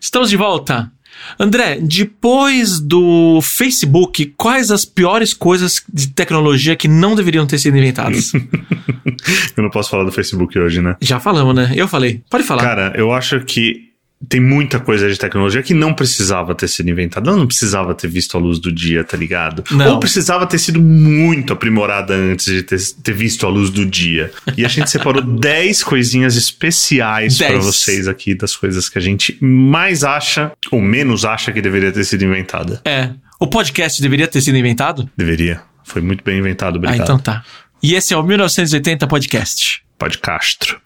Estamos de volta. André, depois do Facebook, quais as piores coisas de tecnologia que não deveriam ter sido inventadas? eu não posso falar do Facebook hoje, né? Já falamos, né? Eu falei. Pode falar. Cara, eu acho que tem muita coisa de tecnologia que não precisava ter sido inventada. Ela não precisava ter visto a luz do dia, tá ligado? Não. Ou precisava ter sido muito aprimorada antes de ter, ter visto a luz do dia. E a gente separou 10 coisinhas especiais pra 10. vocês aqui das coisas que a gente mais acha ou menos acha que deveria ter sido inventada. É. O podcast deveria ter sido inventado? Deveria. Foi muito bem inventado, obrigado. Ah, então tá. E esse é o 1980 Podcast. Podcastro.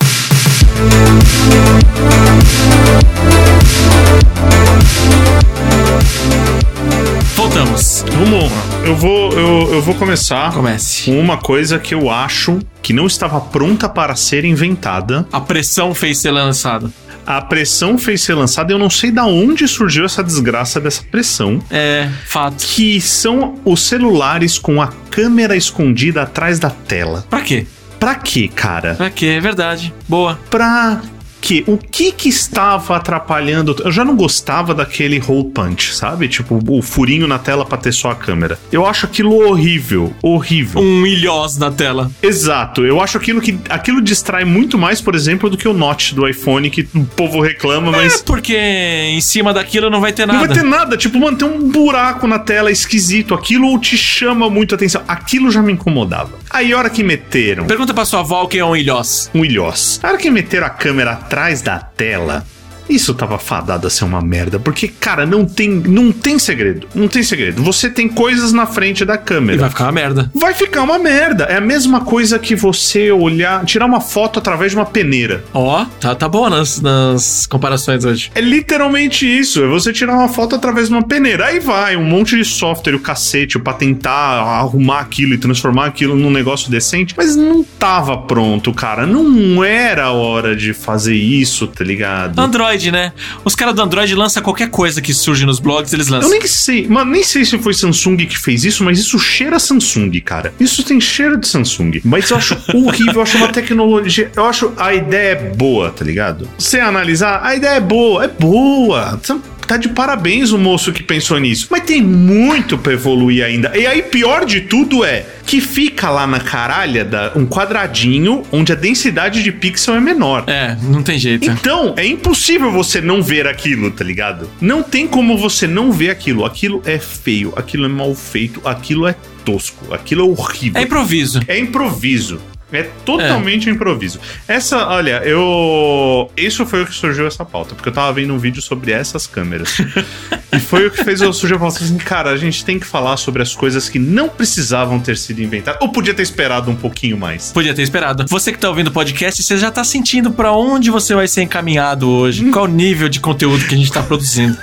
Voltamos. Vamos lá. Eu vou, eu, eu vou começar Comece. com uma coisa que eu acho que não estava pronta para ser inventada. A pressão fez ser lançada. A pressão fez ser lançada, eu não sei da onde surgiu essa desgraça dessa pressão, É, fato. que são os celulares com a câmera escondida atrás da tela. Pra quê? Pra quê, cara? Pra quê? É verdade. Boa. Pra quê? O que que estava atrapalhando? Eu já não gostava daquele hole punch, sabe? Tipo, o furinho na tela pra ter só a câmera. Eu acho aquilo horrível, horrível. Um ilhós na tela. Exato, eu acho aquilo que aquilo distrai muito mais, por exemplo, do que o notch do iPhone que o povo reclama, mas É porque em cima daquilo não vai ter nada. Não vai ter nada, tipo, mano, tem um buraco na tela esquisito. Aquilo te chama muito a atenção. Aquilo já me incomodava. Aí, a hora que meteram Pergunta pra sua avó o que é um ilhós. um ilhós, a hora que meteram a câmera atrás da tela, isso tava fadado a ser uma merda. Porque, cara, não tem, não tem segredo. Não tem segredo. Você tem coisas na frente da E câmera. vai ficar uma merda. Vai ficar uma merda. É a mesma coisa que você olhar, tirar uma foto através de uma peneira. Ó, tá, tá boa nas, nas comparações hoje. É literalmente isso. É você tirar uma foto através de uma peneira. Aí vai, um monte de software, o cacete, pra tentar arrumar aquilo e transformar aquilo num negócio decente. Mas não tava pronto, cara. Não era a hora de fazer isso, tá ligado? Android, né? Os caras do Android lançam qualquer coisa que surge nos blogs, eles lançam. Eu nem sei, mano, nem sei se foi Samsung que fez isso, mas isso cheira a Samsung, cara. Isso tem cheiro de Samsung. Mas eu acho horrível, eu acho uma tecnologia. Eu acho a ideia é boa, tá ligado? Você analisar, a ideia é boa, é boa. Tá- Tá de parabéns o moço que pensou nisso. Mas tem muito pra evoluir ainda. E aí, pior de tudo é que fica lá na caralha da, um quadradinho onde a densidade de pixel é menor. É, não tem jeito. Então, é impossível você não ver aquilo, tá ligado? Não tem como você não ver aquilo. Aquilo é feio, aquilo é mal feito, aquilo é tosco, aquilo é horrível. É improviso. É improviso. É totalmente improviso. Essa, olha, eu. Isso foi o que surgiu essa pauta, porque eu tava vendo um vídeo sobre essas câmeras. e foi o que fez eu surgir a pauta assim, cara, a gente tem que falar sobre as coisas que não precisavam ter sido inventadas. Ou podia ter esperado um pouquinho mais. Podia ter esperado. Você que tá ouvindo o podcast, você já tá sentindo pra onde você vai ser encaminhado hoje. Qual o nível de conteúdo que a gente tá produzindo.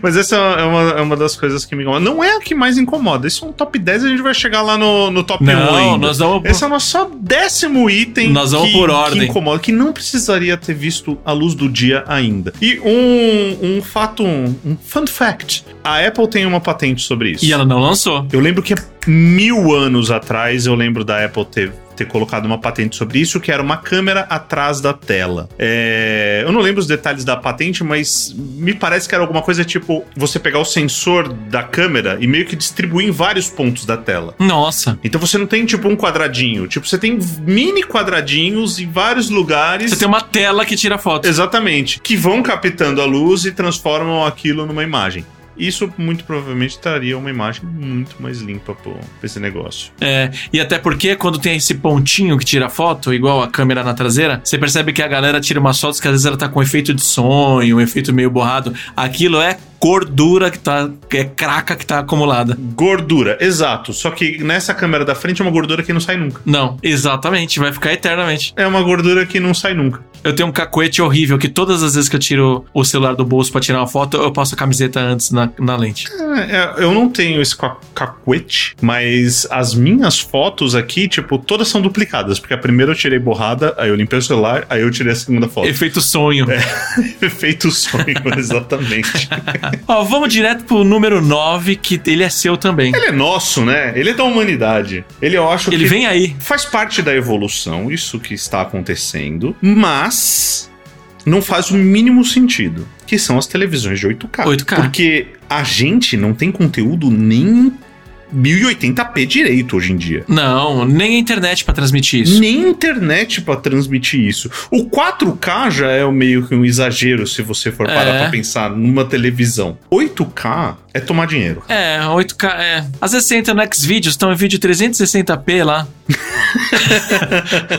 Mas essa é uma, é uma das coisas que me incomoda. Não é a que mais incomoda. Isso é um top 10 a gente vai chegar lá no, no top 1 Não, ainda. nós vamos... Esse é o nosso só décimo item Nós vamos por ordem. que incomoda, que não precisaria ter visto a luz do dia ainda. E um, um fato, um, um fun fact. A Apple tem uma patente sobre isso. E ela não lançou. Eu lembro que há mil anos atrás, eu lembro da Apple ter, ter colocado uma patente sobre isso, que era uma câmera atrás da tela. É, eu não lembro os detalhes da patente, mas me parece que era alguma coisa tipo você pegar o sensor da câmera e meio que distribuir em vários pontos da tela. Nossa. Então você não tem tipo um quadradinho, tipo você tem mini quadradinhos em vários lugares. Você tem uma tela que tira foto. Exatamente. Que vão captando a luz e transformam aquilo numa imagem. Isso muito provavelmente traria uma imagem muito mais limpa pro- pra esse negócio. É, e até porque quando tem esse pontinho que tira foto, igual a câmera na traseira, você percebe que a galera tira umas fotos que às vezes ela tá com efeito de sonho, um efeito meio borrado. Aquilo é gordura que tá. é craca que tá acumulada. Gordura, exato. Só que nessa câmera da frente é uma gordura que não sai nunca. Não, exatamente, vai ficar eternamente. É uma gordura que não sai nunca. Eu tenho um cacoete horrível que todas as vezes que eu tiro o celular do bolso pra tirar uma foto, eu passo a camiseta antes na, na lente. É, é, eu não tenho esse ca- cacuete, mas as minhas fotos aqui, tipo, todas são duplicadas. Porque a primeira eu tirei borrada, aí eu limpei o celular, aí eu tirei a segunda foto. Efeito sonho. Efeito sonho, exatamente. Ó, vamos direto pro número 9, que ele é seu também. Ele é nosso, né? Ele é da humanidade. Ele, eu acho Ele que vem aí. faz parte da evolução, isso que está acontecendo. Mas não faz o mínimo sentido. Que são as televisões de 8K. 8K. Porque a gente não tem conteúdo nem 1080p direito hoje em dia. Não, nem a internet pra transmitir isso. Nem internet pra transmitir isso. O 4K já é meio que um exagero se você for parar É. pra pensar numa televisão. 8K é tomar dinheiro. É, 8K, é. Às vezes você entra no Xvideos, estão em vídeo 360p lá.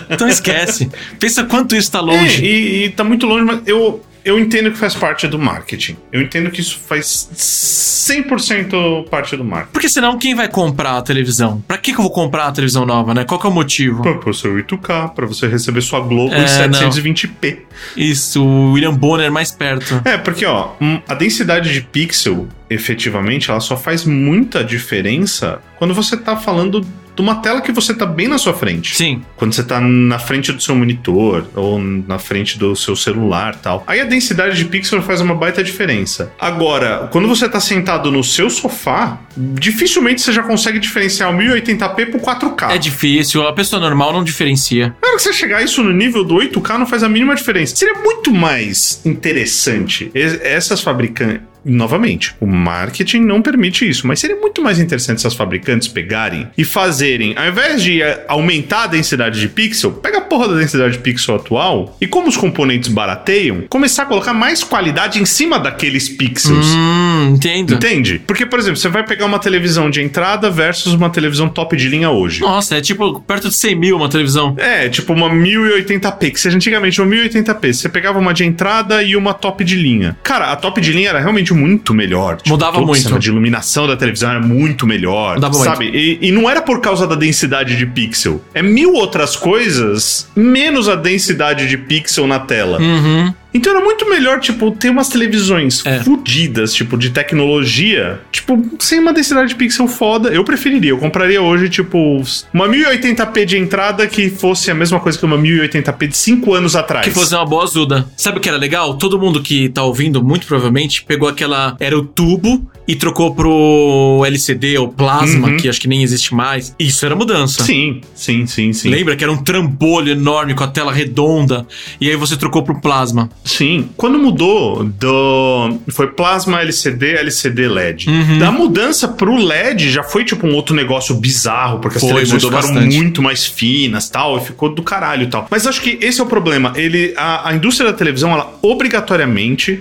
então esquece. Pensa quanto isso tá É, longe. e, e tá muito longe, mas eu, eu entendo que faz parte do marketing. Eu entendo que isso faz 100% parte do marketing. Porque senão quem vai comprar a televisão? Pra que, que eu vou comprar a televisão nova, né? Qual que é o motivo? Pra você 8K, pra você receber sua Globo É, em não. 720p. Isso, o William Bonner mais perto. É, porque ó, hum, a densidade de pixel, efetivamente, ela só faz muita diferença quando você tá falando de uma tela que você tá bem na sua frente. Sim, Quando você tá na frente do seu monitor ou na frente do seu celular tal. Aí a densidade de pixel faz uma baita diferença. Agora, quando você tá sentado no seu sofá, dificilmente você já consegue diferenciar o 1080p pro 4K. é difícil. A pessoa normal não diferencia. Na hora que você chegar a isso no nível do 8K, não faz a mínima diferença. Seria muito mais interessante es- essas fabricantes. Novamente, o marketing não permite isso, mas seria muito mais interessante essas fabricantes pegarem e fazerem, ao invés de eh, aumentar a densidade de pixel, pega a porra da densidade de pixel atual e, como os componentes barateiam, começar a colocar mais qualidade em cima daqueles pixels. Hum, entendo. Entende? Porque, por exemplo, você vai pegar uma televisão de entrada versus uma televisão top de linha hoje. Nossa, é tipo perto de 100 mil uma televisão. É, tipo uma 1080p, que seja antigamente uma 1080p. Você pegava uma de entrada e uma top de linha. Cara, a top de linha era realmente muito melhor. Tipo, Mudava todo o muito. sistema de iluminação da televisão era muito melhor. Mudava sabe? E, e não era por causa da densidade de pixel. É mil outras coisas, menos a densidade de pixel na tela. Uhum. Então era muito melhor, tipo, ter umas televisões É. fudidas, tipo, de tecnologia, tipo, sem uma densidade de pixel foda. Eu preferiria, eu compraria hoje, tipo, uma 1080p de entrada que fosse a mesma coisa que uma 1080p de 5 anos atrás. Que fosse uma boa ajuda. Sabe o que era legal? Todo mundo que tá ouvindo, muito provavelmente, pegou aquela. Era o tubo e trocou pro LCD ou plasma, Uhum. que acho que nem existe mais. Isso era mudança. Sim, sim, sim, sim. Lembra que era um trambolho enorme com a tela redonda e aí você trocou pro plasma. Sim. Quando mudou do. Foi plasma LCD, LCD LED. Uhum. Da mudança pro LED já foi tipo um outro negócio bizarro, porque Foi, as televisões mudou ficaram bastante. muito mais finas tal, e ficou do caralho e tal. Mas acho que esse é o problema. Ele, a, a indústria da televisão, ela obrigatoriamente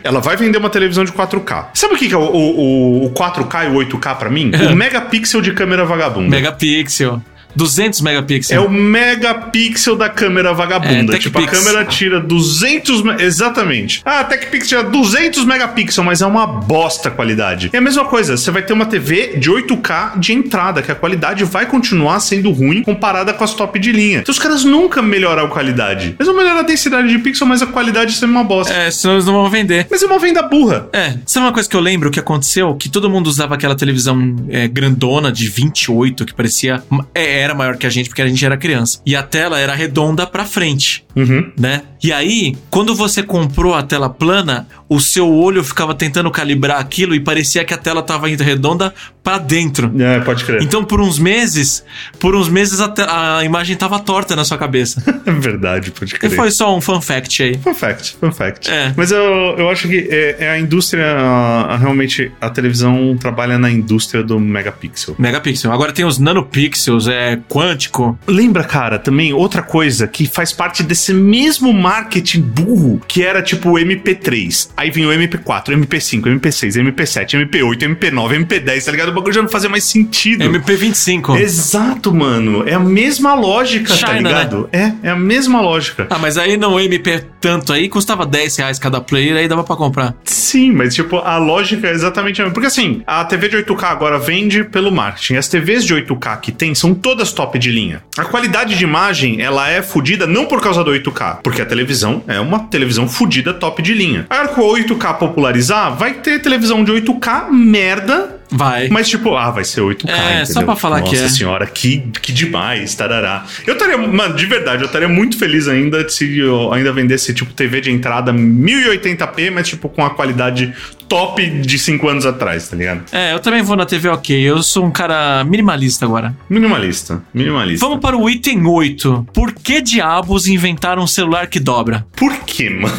ela vai vender uma televisão de 4K. Sabe o que, que é o, o, o 4K e o 8K pra mim? O megapixel de câmera vagabunda. Megapixel. 200 É megapixels. o megapixel da câmera vagabunda. É, tipo, a TechPix. câmera tira 200... me- Exatamente. Ah, a TechPix tira 200 megapixels, mas é uma bosta a qualidade. É a mesma coisa, você vai ter uma TV de 8K de entrada, que a qualidade vai continuar sendo ruim comparada com as top de linha. Então os caras nunca melhoraram a qualidade. Eles vão melhorar a densidade de pixel, mas a qualidade sendo uma bosta. É, senão eles não vão vender. Mas é uma venda burra. É, sabe uma coisa que eu lembro que aconteceu? Que todo mundo usava aquela televisão é, grandona de 28, que parecia. é, era maior que a gente, porque a gente era criança. E a tela era redonda pra frente. Uhum. né? E aí, quando você comprou a tela plana, o seu olho ficava tentando calibrar aquilo e parecia que a tela tava indo redonda pra dentro. É, pode crer. Então, por uns meses, por uns meses a, te- a imagem tava torta na sua cabeça. É verdade, pode E crer. foi só um fun fact aí. Fun fact, fun fact. É. Mas eu, eu acho que é, é a indústria, a- a- realmente, a televisão trabalha na indústria do megapixel. Megapixel. Agora tem os nanopixels, é quântico. Lembra, cara, também outra coisa que faz parte desse mesmo marketing burro, que era tipo o MP3. Aí vinha o MP4, MP5, MP6, MP7, MP8, MP9, MP10, tá ligado? O bagulho já não fazia mais sentido. MP25. Exato, mano. É a mesma lógica, tá um. China, né? ligado? É, é a mesma lógica. Ah, mas aí não MP tanto aí, custava 10 reais cada player, aí dava pra comprar. Sim, mas tipo, a lógica é exatamente a mesma. Porque assim, a TV de 8K agora vende pelo marketing. As TVs de 8K que tem são todas top de linha. A qualidade de imagem, ela é fodida não por causa do 8K, porque a televisão é uma televisão fodida top de linha. Agora que o 8K popularizar, vai ter televisão de 8K merda Vai. Mas tipo, ah, vai ser 8K, É, entendeu? Tipo, só pra falar Nossa que é. senhora, que, que demais, tarará. Eu estaria, mano, de verdade, eu estaria muito feliz ainda se eu ainda vendesse, tipo, TV de entrada 1080p, mas tipo, com a qualidade top de 5 anos atrás, tá ligado? É, eu também vou na TV ok. Eu sou um cara minimalista agora. Minimalista, minimalista. Vamos para o item 8. Por que diabos inventaram um celular que dobra? Por quê, mano?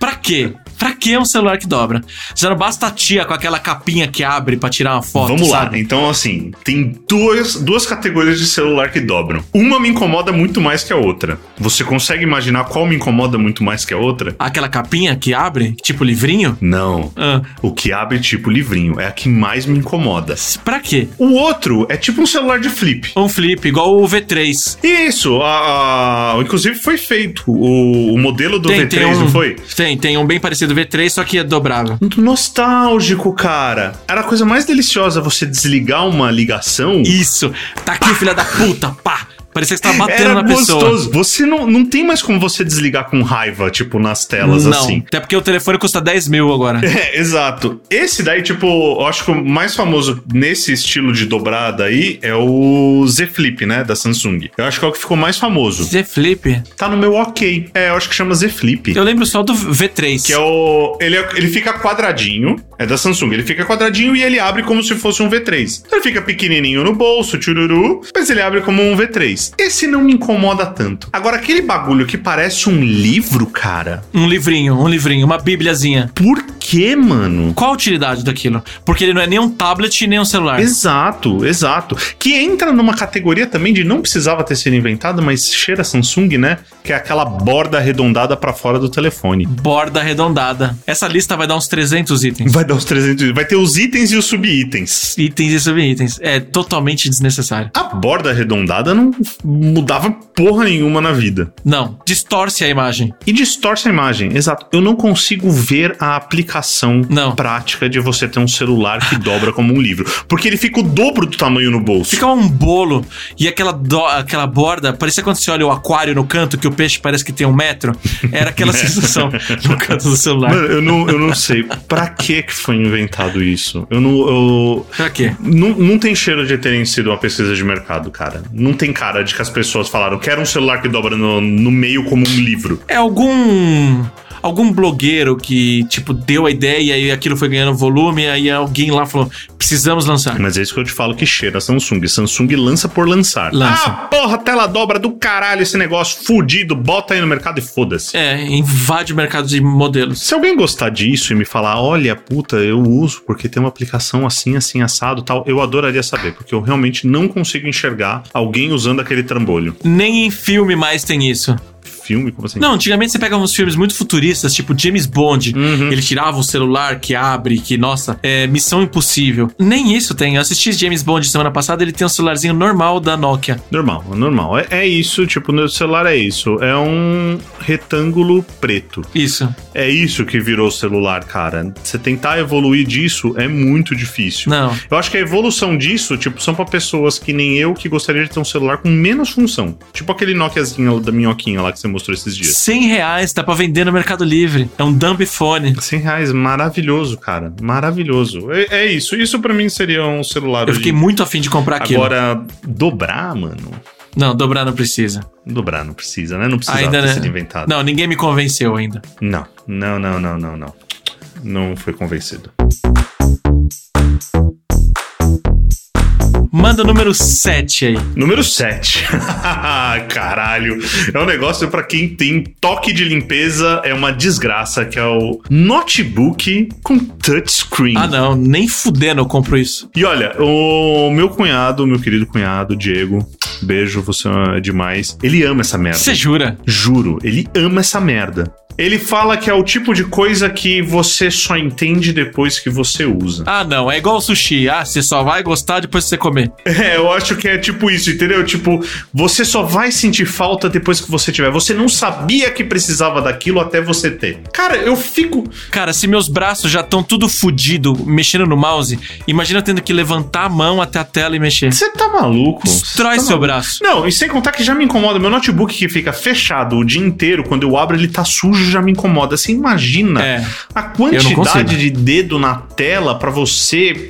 Pra quê? Pra que um celular que dobra? Já não basta a tia com aquela capinha que abre pra tirar uma foto, Vamos lá. sabe? Então, assim, tem duas, duas categorias de celular que dobram. Uma me incomoda muito mais que a outra. Você consegue imaginar qual me incomoda muito mais que a outra? Aquela capinha que abre, tipo livrinho? Não. Ah, O que abre tipo livrinho é a que mais me incomoda. pra quê? O outro é tipo um celular de flip. é Um flip, igual o V3. Isso, a- a- inclusive foi feito o, o modelo do V3, um, não foi? Tem, tem um bem parecido V3, só que é dobrável. Nostálgico, cara. Era a coisa mais deliciosa você desligar uma ligação. Isso! Tá aqui, filha da puta! Pá! Parecia que você tava batendo Era na pessoa. gostoso. Você não, não tem mais como você desligar com raiva, tipo, nas telas, não, assim. até porque o telefone custa 10 mil agora. É, exato. Esse daí, tipo, eu acho que o mais famoso nesse estilo de dobrada aí é o Z Flip, né, da Samsung. Eu acho que é o que ficou mais famoso. Z é Flip? Tá no meu ok. É, eu acho que chama Z Flip. Eu lembro só do V3. Que é o. Ele, é- ele fica quadradinho. É da Samsung. Ele fica quadradinho e ele abre como se fosse um V3. Então ele fica pequenininho no bolso, tchururu. Mas ele abre como um V3. Esse não me incomoda tanto. Agora, aquele bagulho que parece um livro, cara. Um livrinho, um livrinho, uma bibliazinha. Por que, mano? Qual a utilidade daquilo? Porque ele não é nem um tablet e nem um celular. Exato, exato. Que entra numa categoria também de não precisava ter sido inventado, mas cheira Samsung, né? Que é aquela borda arredondada pra fora do telefone. Borda arredondada. Essa lista vai dar uns 300 itens. Vai dar os 300. Vai ter os itens e os subitens. Itens e subitens. É totalmente desnecessário. A borda arredondada não mudava porra nenhuma na vida. Não, distorce a imagem. E distorce a imagem, exato. Eu não consigo ver a aplicação Não. prática de você ter um celular que dobra como um livro. Porque ele fica o dobro do tamanho no bolso. Fica um bolo e aquela, do- aquela borda, parecia quando você olha o aquário no canto, que o peixe parece que tem um metro. Era aquela sensação no canto do celular. Mano, eu não, eu não sei pra que que foi inventado isso. Eu não. eu- Pra quê? Não, não tem cheiro de terem sido uma pesquisa de mercado, cara. Não tem cara de que as pessoas falaram, quero um celular que dobra no, no meio como um livro. É algum. Algum blogueiro que, tipo, deu a ideia e aí aquilo foi ganhando volume, aí alguém lá falou: precisamos lançar. Mas é isso que eu te falo que cheira a Samsung. Samsung lança por lançar. Lança. Ah, porra, tela dobra do caralho esse negócio fudido, bota aí no mercado e foda-se. É, invade o mercado de modelos. Se alguém gostar disso e me falar, olha, puta, eu uso porque tem uma aplicação assim, assim, assado tal, eu adoraria saber, porque eu realmente não consigo enxergar alguém usando aquele trambolho. Nem em filme mais tem isso. Filme, como assim? Não, antigamente você pega uns filmes muito futuristas, tipo James Bond. Uhum. Ele tirava um celular que abre, que, nossa, é Missão Impossível. Nem isso tem. Eu assisti James Bond semana passada, ele tem um celularzinho normal da Nokia. Normal, normal. É, é isso, tipo, no celular é isso. É um retângulo preto. Isso. É isso que virou celular, cara. Você tentar evoluir disso é muito difícil. Não. Eu acho que a evolução disso, tipo, são pra pessoas que nem eu que gostaria de ter um celular com menos função. Tipo aquele Nokiazinho da minhoquinha lá que você mostrou esses dias. 100 reais dá pra vender no Mercado Livre. É um dumb phone. 100 reais, maravilhoso, cara. Maravilhoso. É, é isso. Isso pra mim seria um celular. Eu fiquei hoje. muito afim de comprar aquilo. Agora, dobrar, mano. Não, dobrar não precisa. Dobrar não precisa, né? Não precisa Ainda, ter né? sido inventado. Não, ninguém me convenceu ainda. Não, não, não, não, não, não. Não foi convencido. Manda o número 7 aí. Número 7. Caralho. É um negócio pra quem tem toque de limpeza, é uma desgraça, que é o notebook com touchscreen. Ah, não, nem fudendo eu compro isso. E olha, o meu cunhado, meu querido cunhado, Diego, beijo, você é demais. Ele ama essa merda. Você jura? Juro, ele ama essa merda. Ele fala que é o tipo de coisa que você só entende depois que você usa. Ah, não, é igual sushi. Ah, você só vai gostar depois que você comer. É, eu acho que é tipo isso, entendeu? Tipo, você só vai sentir falta depois que você tiver. Você não sabia que precisava daquilo até você ter. Cara, eu fico. Cara, se meus braços já estão tudo fudido mexendo no mouse, imagina eu tendo que levantar a mão até a tela e mexer. Você tá maluco? Destrói Cê tá seu maluco. braço. Não, e sem contar que já me incomoda. Meu notebook que fica fechado o dia inteiro, quando eu abro, ele tá sujo sujo já me incomoda. Você imagina É. a Eu não consigo. quantidade de dedo na tela pra você.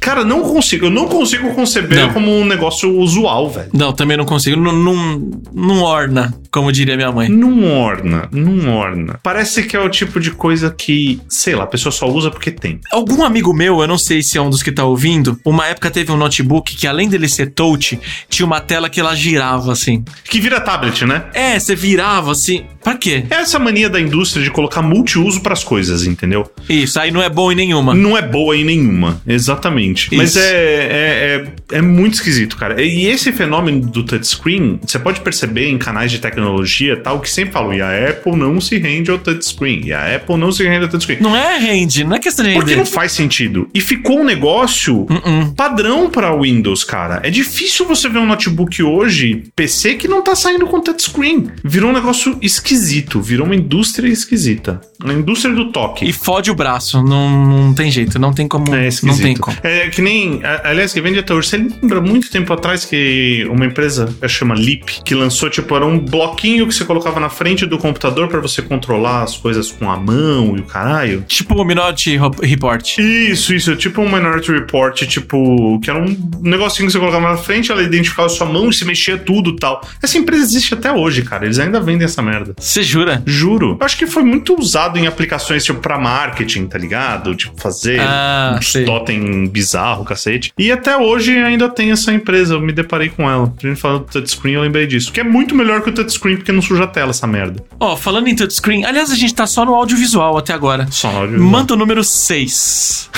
Cara, não consigo. Eu não consigo conceber Não. como um negócio usual, velho. Não, também não consigo. Não, não, não orna, como diria minha mãe. Não orna, não orna. Parece que é o tipo de coisa que, sei lá, a pessoa só usa porque tem. Algum amigo meu, eu não sei se é um dos que tá ouvindo, uma época teve um notebook que além dele ser touch, tinha uma tela que ela girava assim. Que vira tablet, né? É, você virava assim. Pra quê? É essa mania da indústria de colocar multiuso pras coisas, entendeu? Isso, aí não é bom em nenhuma. Não é boa em nenhuma, exatamente. Isso. Mas é, é, é, é muito esquisito, cara. E esse fenômeno do touchscreen, você pode perceber em canais de tecnologia e tal, que sempre falam, e a Apple não se rende ao touchscreen, e a Apple não se rende ao touchscreen. Não é rende, não é questão de Porque render. não faz sentido. E ficou um negócio Uh-uh. padrão pra Windows, cara. É difícil você ver um notebook hoje, PC, que não tá saindo com touchscreen. Virou um negócio esquisito, virou uma indústria esquisita. Uma indústria do toque. E fode o braço, não, não tem jeito, não tem como. É não esquisito. tem como. É que nem, a- aliás, que vende até hoje. Você lembra muito tempo atrás que uma empresa que chama Leap, que lançou, tipo, era um bloquinho que você colocava na frente do computador pra você controlar as coisas com a mão e o caralho? Tipo o Minority Ro- Report. Isso, isso. Tipo um Minority Report, tipo, que era um negocinho que você colocava na frente, ela identificava a sua mão e se mexia tudo e tal. Essa empresa existe até hoje, cara. Eles ainda vendem essa merda. Você jura? Juro. Eu acho que foi muito usado em aplicações, tipo, pra marketing, tá ligado? Tipo, fazer Ah, uns sei. totem bizarro, cacete. E até hoje ainda tem essa empresa, eu me deparei com ela. A gente falando do touchscreen, eu lembrei disso. Que é muito melhor que o touchscreen, porque não suja a tela essa merda. Ó, falando em touchscreen, aliás, a gente tá só no audiovisual até agora. Só áudio. Manda o número 6.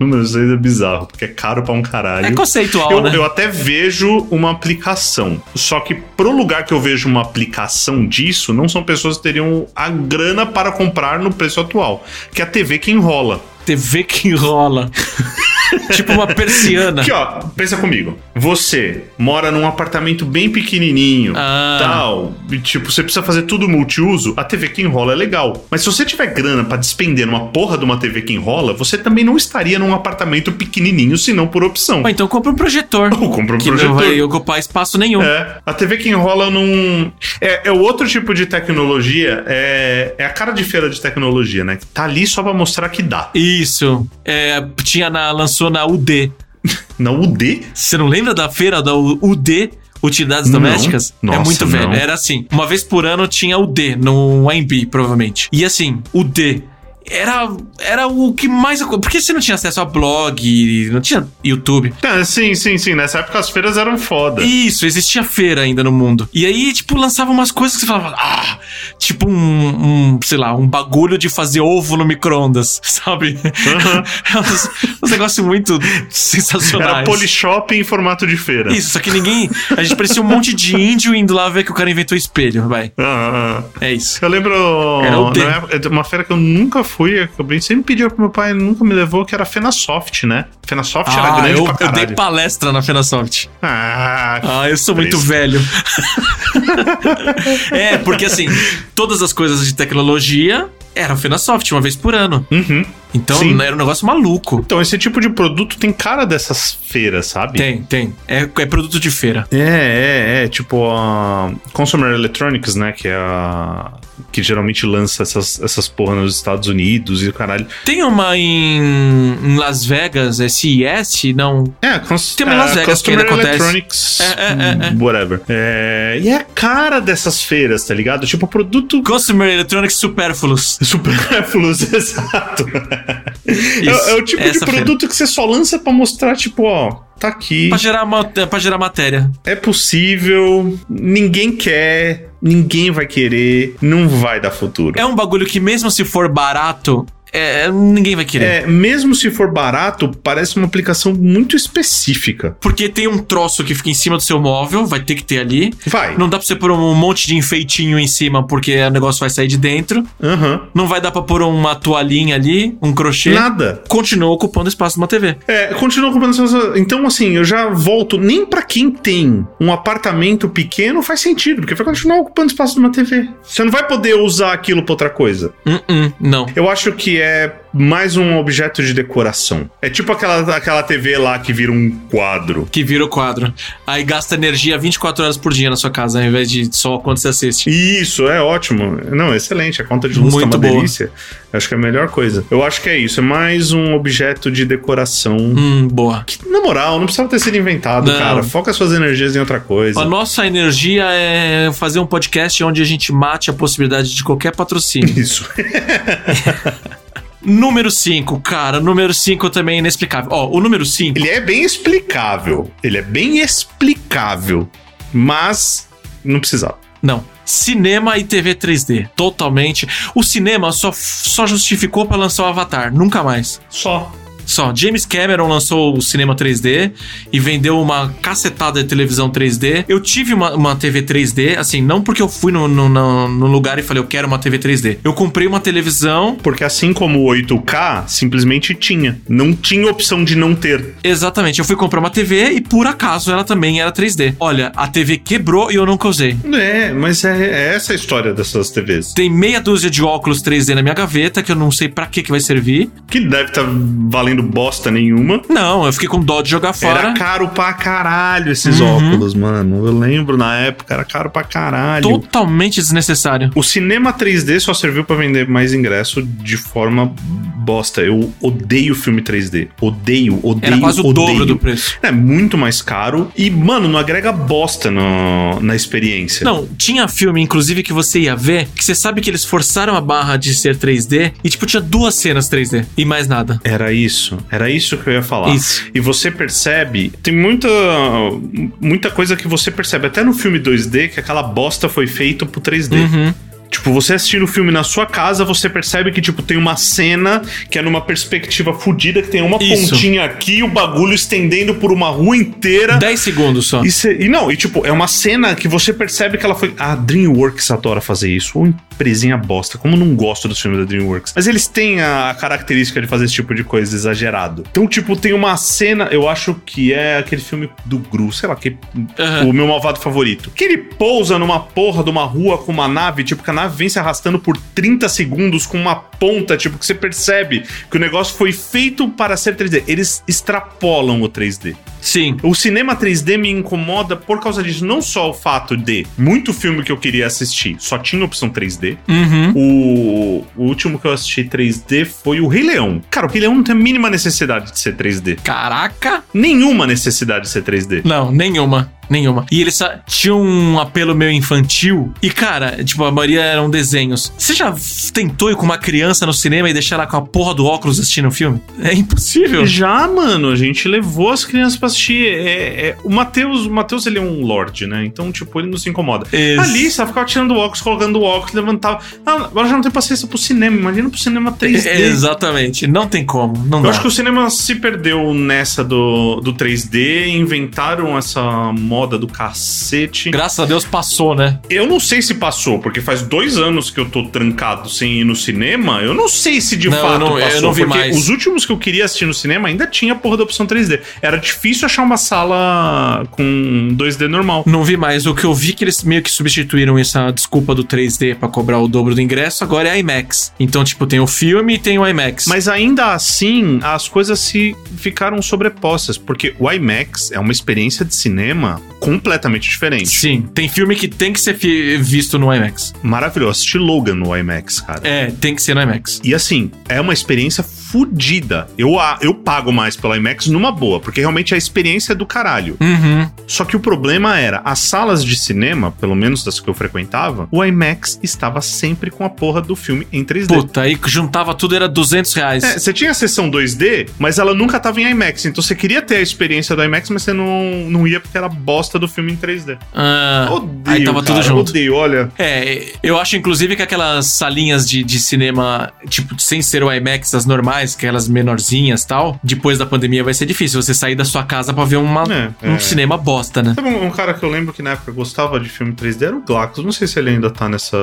Número 6 é bizarro, porque é caro pra um caralho. É conceitual, Eu, né? eu até vejo uma aplicação. Só que pro lugar que eu vejo uma aplicação disso, não são pessoas que teriam a grana para comprar no preço atual. Que é a TV que enrola. TV que enrola. tipo uma persiana. Aqui, ó, pensa comigo. Você mora num apartamento bem pequenininho. Ah. Tal, e, tipo, você precisa fazer tudo multiuso, a TV que enrola é legal. Mas se você tiver grana pra despender numa porra de uma TV que enrola, você também não estaria num apartamento pequenininho, se não por opção. Ou então compra um projetor. Ou compra um que projetor. não vai ocupar espaço nenhum. É, a TV que enrola num. É, é o outro tipo de tecnologia, é, é a cara de feira de tecnologia, né? Que tá ali só pra mostrar que dá. Isso. É, tinha na, lançou na UD. Na UD? Você não lembra da feira da U- UD? Utilidades Não. domésticas? é Nossa, muito não. velho. Era assim. Uma vez por ano tinha o D no AMB, provavelmente. E assim, o D era, era o que mais. Porque você não tinha acesso a blog, não tinha YouTube. Ah, sim, sim, sim. Nessa época as feiras eram foda. Isso, existia feira ainda no mundo. E aí, tipo, lançava umas coisas que você falava, ah, tipo um, um, sei lá, um bagulho de fazer ovo no micro-ondas, sabe? uns, uns negócios muito sensacionais. Era polishop em formato de feira. Isso, só que ninguém. A gente parecia um monte de índio indo lá ver que o cara inventou espelho, vai. Ah, ah, ah. É isso. eu lembro Era o D. na época, de uma feira que eu nunca fui, eu acabei- sempre pedia pro meu pai, ele nunca me levou, que era a Fenasoft, né? Fenasoft era grande Ah, eu, pra eu caralho. dei palestra na Fenasoft. Ah, Ah, eu sou muito Triste. velho. é, porque assim, todas as coisas de tecnologia eram Fenasoft, uma vez por ano. uhum. Então Sim. era um negócio maluco. Então, esse tipo de produto tem cara dessas feiras, sabe? Tem, tem. É, é produto de feira. É, é, é. Tipo a Consumer Electronics, né? Que é a. Que geralmente lança essas, essas porra nos Estados Unidos e o caralho. Tem uma em, em Las Vegas, é CES? Não. É, a cons- Tem uma em Las a Vegas que Consumer ainda acontece. Electronics. hum, É, é, é, Whatever. É, e é a cara dessas feiras, tá ligado? Tipo, produto. Consumer Electronics Superfluous. Superfluos, exato. é, é o tipo de essa feira. produto que você só lança pra mostrar, tipo, ó, tá aqui. Pra gerar, ma- pra gerar matéria. É possível, ninguém quer, ninguém vai querer, não vai dar futuro. É um bagulho que, mesmo se for barato, é, ninguém vai querer. É, mesmo se for barato, parece uma aplicação muito específica. Porque tem um troço que fica em cima do seu móvel, vai ter que ter ali. Vai. Não dá pra você pôr um monte de enfeitinho em cima, porque o negócio vai sair de dentro. Aham. Não vai dar pra pôr uma toalhinha ali, um crochê. Nada. Continua ocupando espaço de uma TV. É, continua comprando essas- Então, assim, eu já volto. Nem pra quem tem um apartamento pequeno faz sentido, porque vai continuar ocupando espaço de uma TV. Você não vai poder usar aquilo pra outra coisa. Hum, hum, não. Eu acho que é mais um objeto de decoração. É tipo aquela, aquela TV lá que vira um quadro. Que vira o quadro. Aí gasta energia 24 horas por dia na sua casa, ao invés de só quando você assiste. Isso, é ótimo. Não, excelente. A conta de luz Muito tá uma boa. delícia. Acho que é a melhor coisa. Eu acho que é isso. É mais um objeto de decoração. Hum, boa. Que, na moral, não precisava ter sido inventado, Não. cara. Foca suas energias em outra coisa. A nossa energia é fazer um podcast onde a gente mate a possibilidade de qualquer patrocínio. Isso. número 5, cara, número 5 também é inexplicável. Ó, o número 5. Ele é bem explicável. Ele é bem explicável. Mas não precisava. Não. Cinema e TV 3D. Totalmente. O cinema só, só justificou pra lançar o Avatar. Nunca mais. Só. Só, James Cameron lançou o cinema 3D e vendeu uma cacetada de televisão 3D. Eu tive uma, uma TV 3D, assim, não porque eu fui no, no- no- no lugar e falei, eu quero uma TV 3D. Eu comprei uma televisão, Porque assim como o 8K, simplesmente tinha. Não tinha opção de não ter. exatamente, eu fui comprar uma TV e por acaso ela também era 3D. Olha, a TV quebrou e eu nunca usei. É, mas é, é essa a história dessas TVs. Tem meia dúzia de óculos 3D na minha gaveta que eu não sei pra que que vai servir. Que deve estar valendo bosta nenhuma. Não, eu fiquei com dó de jogar fora. Uhum. Era caro pra caralho esses óculos, mano. Eu lembro na época, era caro pra caralho. Totalmente desnecessário. O cinema 3D só serviu pra vender mais ingresso de forma bosta. Eu odeio filme 3D. Odeio, odeio, Era quase o odeio. dobro do preço. É muito mais caro e, mano, não agrega bosta no- na experiência. Não, tinha filme, inclusive, que você ia ver, que você sabe que eles forçaram a barra de ser 3D e, tipo, tinha duas cenas 3D e mais nada. Era isso, era isso que eu ia falar. Isso. E você percebe, tem muita muita coisa que você percebe até no filme 2D que aquela bosta foi feita pro 3D. Uhum. Tipo, você assistindo o filme na sua casa, você percebe que, tipo, tem uma cena que é numa perspectiva fodida, que tem uma Isso. pontinha aqui, o bagulho estendendo por uma rua inteira. 10 segundos só. E, cê- e não, e tipo, é uma cena que você percebe que ela foi. A Dreamworks adora fazer isso. Ou empresinha bosta. Como eu não gosto dos filmes da Dreamworks. Mas eles têm a característica de fazer esse tipo de coisa exagerado. Então, tipo, tem uma cena, eu acho que é aquele filme do Gru, sei lá, que Aham. o meu malvado favorito. Que ele pousa numa porra de uma rua com uma nave, tipo, que a nave vem se arrastando por 30 segundos com uma ponta, tipo, que você percebe que o negócio foi feito para ser 3D. Eles extrapolam o 3D. Sim. O cinema 3D me incomoda por causa disso. Não só o fato de muito filme que eu queria assistir só tinha opção 3D. Uhum. O, o último que eu assisti 3D foi o Rei Leão. Cara, o Rei Leão não tem a mínima necessidade de ser 3D. Caraca! Nenhuma necessidade de ser 3D. Não, nenhuma. Nenhuma. E ele só tinha um apelo meio infantil. E, cara, tipo, a maioria eram desenhos. Você já tentou ir com uma criança no cinema e deixar ela com a porra do óculos assistindo um filme? É impossível. Já, mano, a gente levou as crianças pra assistir. É, é- o Matheus, o Matheus, ele é um lorde, né? Então, tipo, ele não se incomoda. Ex- Ali, você ficava tirando o óculos, colocando o óculos, levantava. Ah, agora já não tem paciência pro cinema. Imagina pro cinema 3D. É, Exatamente. Não tem como. Não Eu dá. acho que o cinema se perdeu nessa do, do 3D, inventaram essa moda do cacete. Graças a Deus passou, né? Eu não sei se passou, porque faz dois anos que eu tô trancado sem ir no cinema. Eu não sei se de Não, eu fato não- eu passou, não vi porque mais. os últimos que eu queria assistir no cinema ainda tinha a porra da opção 3D. Era difícil achar uma sala com 2D normal. Não vi mais. O que eu vi é que eles meio que substituíram essa desculpa do 3D pra cobrar o dobro do ingresso, agora é IMAX. Então, tipo, tem o filme e tem o IMAX. Mas ainda assim, as coisas se ficaram sobrepostas, porque o IMAX é uma experiência de cinema completamente diferente. Sim, tem filme que tem que ser fi- visto no IMAX. Maravilhoso. Assisti Logan no IMAX, cara. É, tem que ser no IMAX. E assim, é uma experiência fodida. Eu, a- eu pago mais pelo IMAX numa boa, porque realmente a experiência é do caralho. Uhum. Só que o problema era, as salas de cinema, pelo menos das que eu frequentava, o IMAX estava sempre com a porra do filme em 3D. Puta, aí juntava tudo, era 200 reais. É, você tinha a sessão 2D, mas ela nunca tava em IMAX. Então você queria ter a experiência do IMAX, mas você não, não ia porque era bosta do filme em 3D. Ah, Odeio, aí tava cara, tudo junto. Odeio, olha. É, eu acho inclusive que aquelas salinhas de, de cinema, tipo, sem ser o IMAX, as normais, é aquelas menorzinhas e tal, depois da pandemia vai ser difícil você sair da sua casa pra ver uma, É, um é. cinema bosta, né? Sabe um, um cara que eu lembro que na época gostava de filme 3D era o Glaxo. Não sei se ele ainda tá nessa,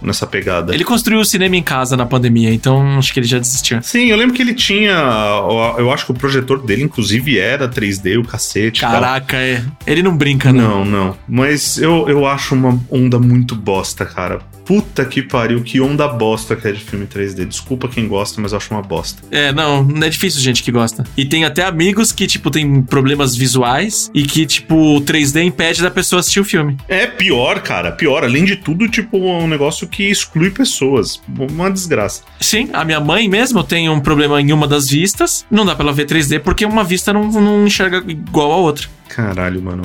nessa pegada. Ele construiu o cinema em casa na pandemia, então acho que ele já desistiu. Sim, eu lembro que ele tinha. ó, Eu acho que o projetor dele, inclusive, era 3D, o cacete. e tal. Caraca, é. Ele não brinca, não. Não, não. Mas eu, eu acho uma onda muito bosta, cara. puta que pariu, que onda bosta que é de filme 3D. Desculpa quem gosta, mas eu acho uma bosta. É, não, não é difícil gente que gosta. E tem até amigos que, tipo, tem problemas visuais e que, tipo, o 3D impede da pessoa assistir o filme. É pior, cara, pior. Além de tudo, tipo, é um negócio que exclui pessoas. Uma desgraça. Sim, a minha mãe mesmo tem um problema em uma das vistas. Não dá pra ela ver 3D porque uma vista não, não enxerga igual a outra. Caralho, mano.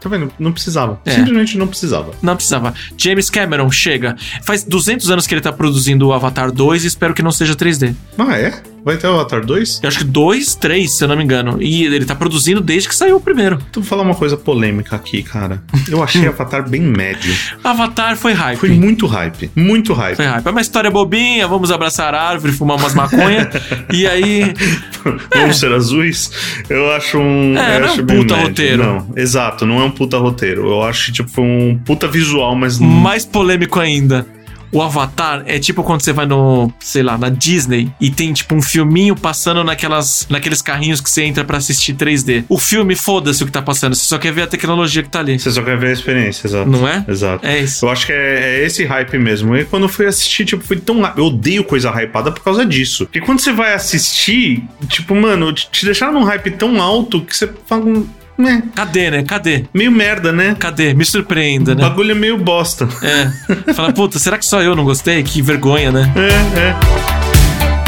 Tá vendo? Não precisava. É. Simplesmente não precisava. Não precisava. James Cameron, chega. Faz 200 anos que ele tá produzindo o Avatar 2 e espero que não seja 3D. Ah, é? Vai ter o Avatar 2? Eu acho que 2, 3, se eu não me engano. E ele tá produzindo desde que saiu o primeiro. Tu vou falar uma coisa polêmica aqui, cara. Eu achei Avatar bem médio. Avatar foi hype. Foi muito hype. Muito hype. Foi hype. É uma história bobinha, vamos abraçar a árvore, fumar umas maconha. e aí. Vamos ser azuis? Eu acho um. É, eu não é acho um bem puta médio. roteiro. Não, exato, não é um puta roteiro. Eu acho que tipo, foi um puta visual, mas. não- Mais polêmico ainda. O Avatar é tipo quando você vai no, sei lá, na Disney e tem tipo um filminho passando naquelas, naqueles carrinhos que você entra pra assistir 3D. O filme, foda-se o que tá passando, você só quer ver a tecnologia que tá ali. Você só quer ver a experiência, exato. Não é? Exato. É isso. Eu acho que é, é esse hype mesmo. E quando eu fui assistir, tipo, foi tão. Eu odeio coisa hypada por causa disso. Porque quando você vai assistir, tipo, mano, te te deixaram num hype tão alto que você fala. um- Né, Cadê, né? Cadê? meio merda, né? Cadê? Me surpreenda, O né? bagulho é meio bosta. É. Fala, puta, será que só eu não gostei? Que vergonha, né? É, é.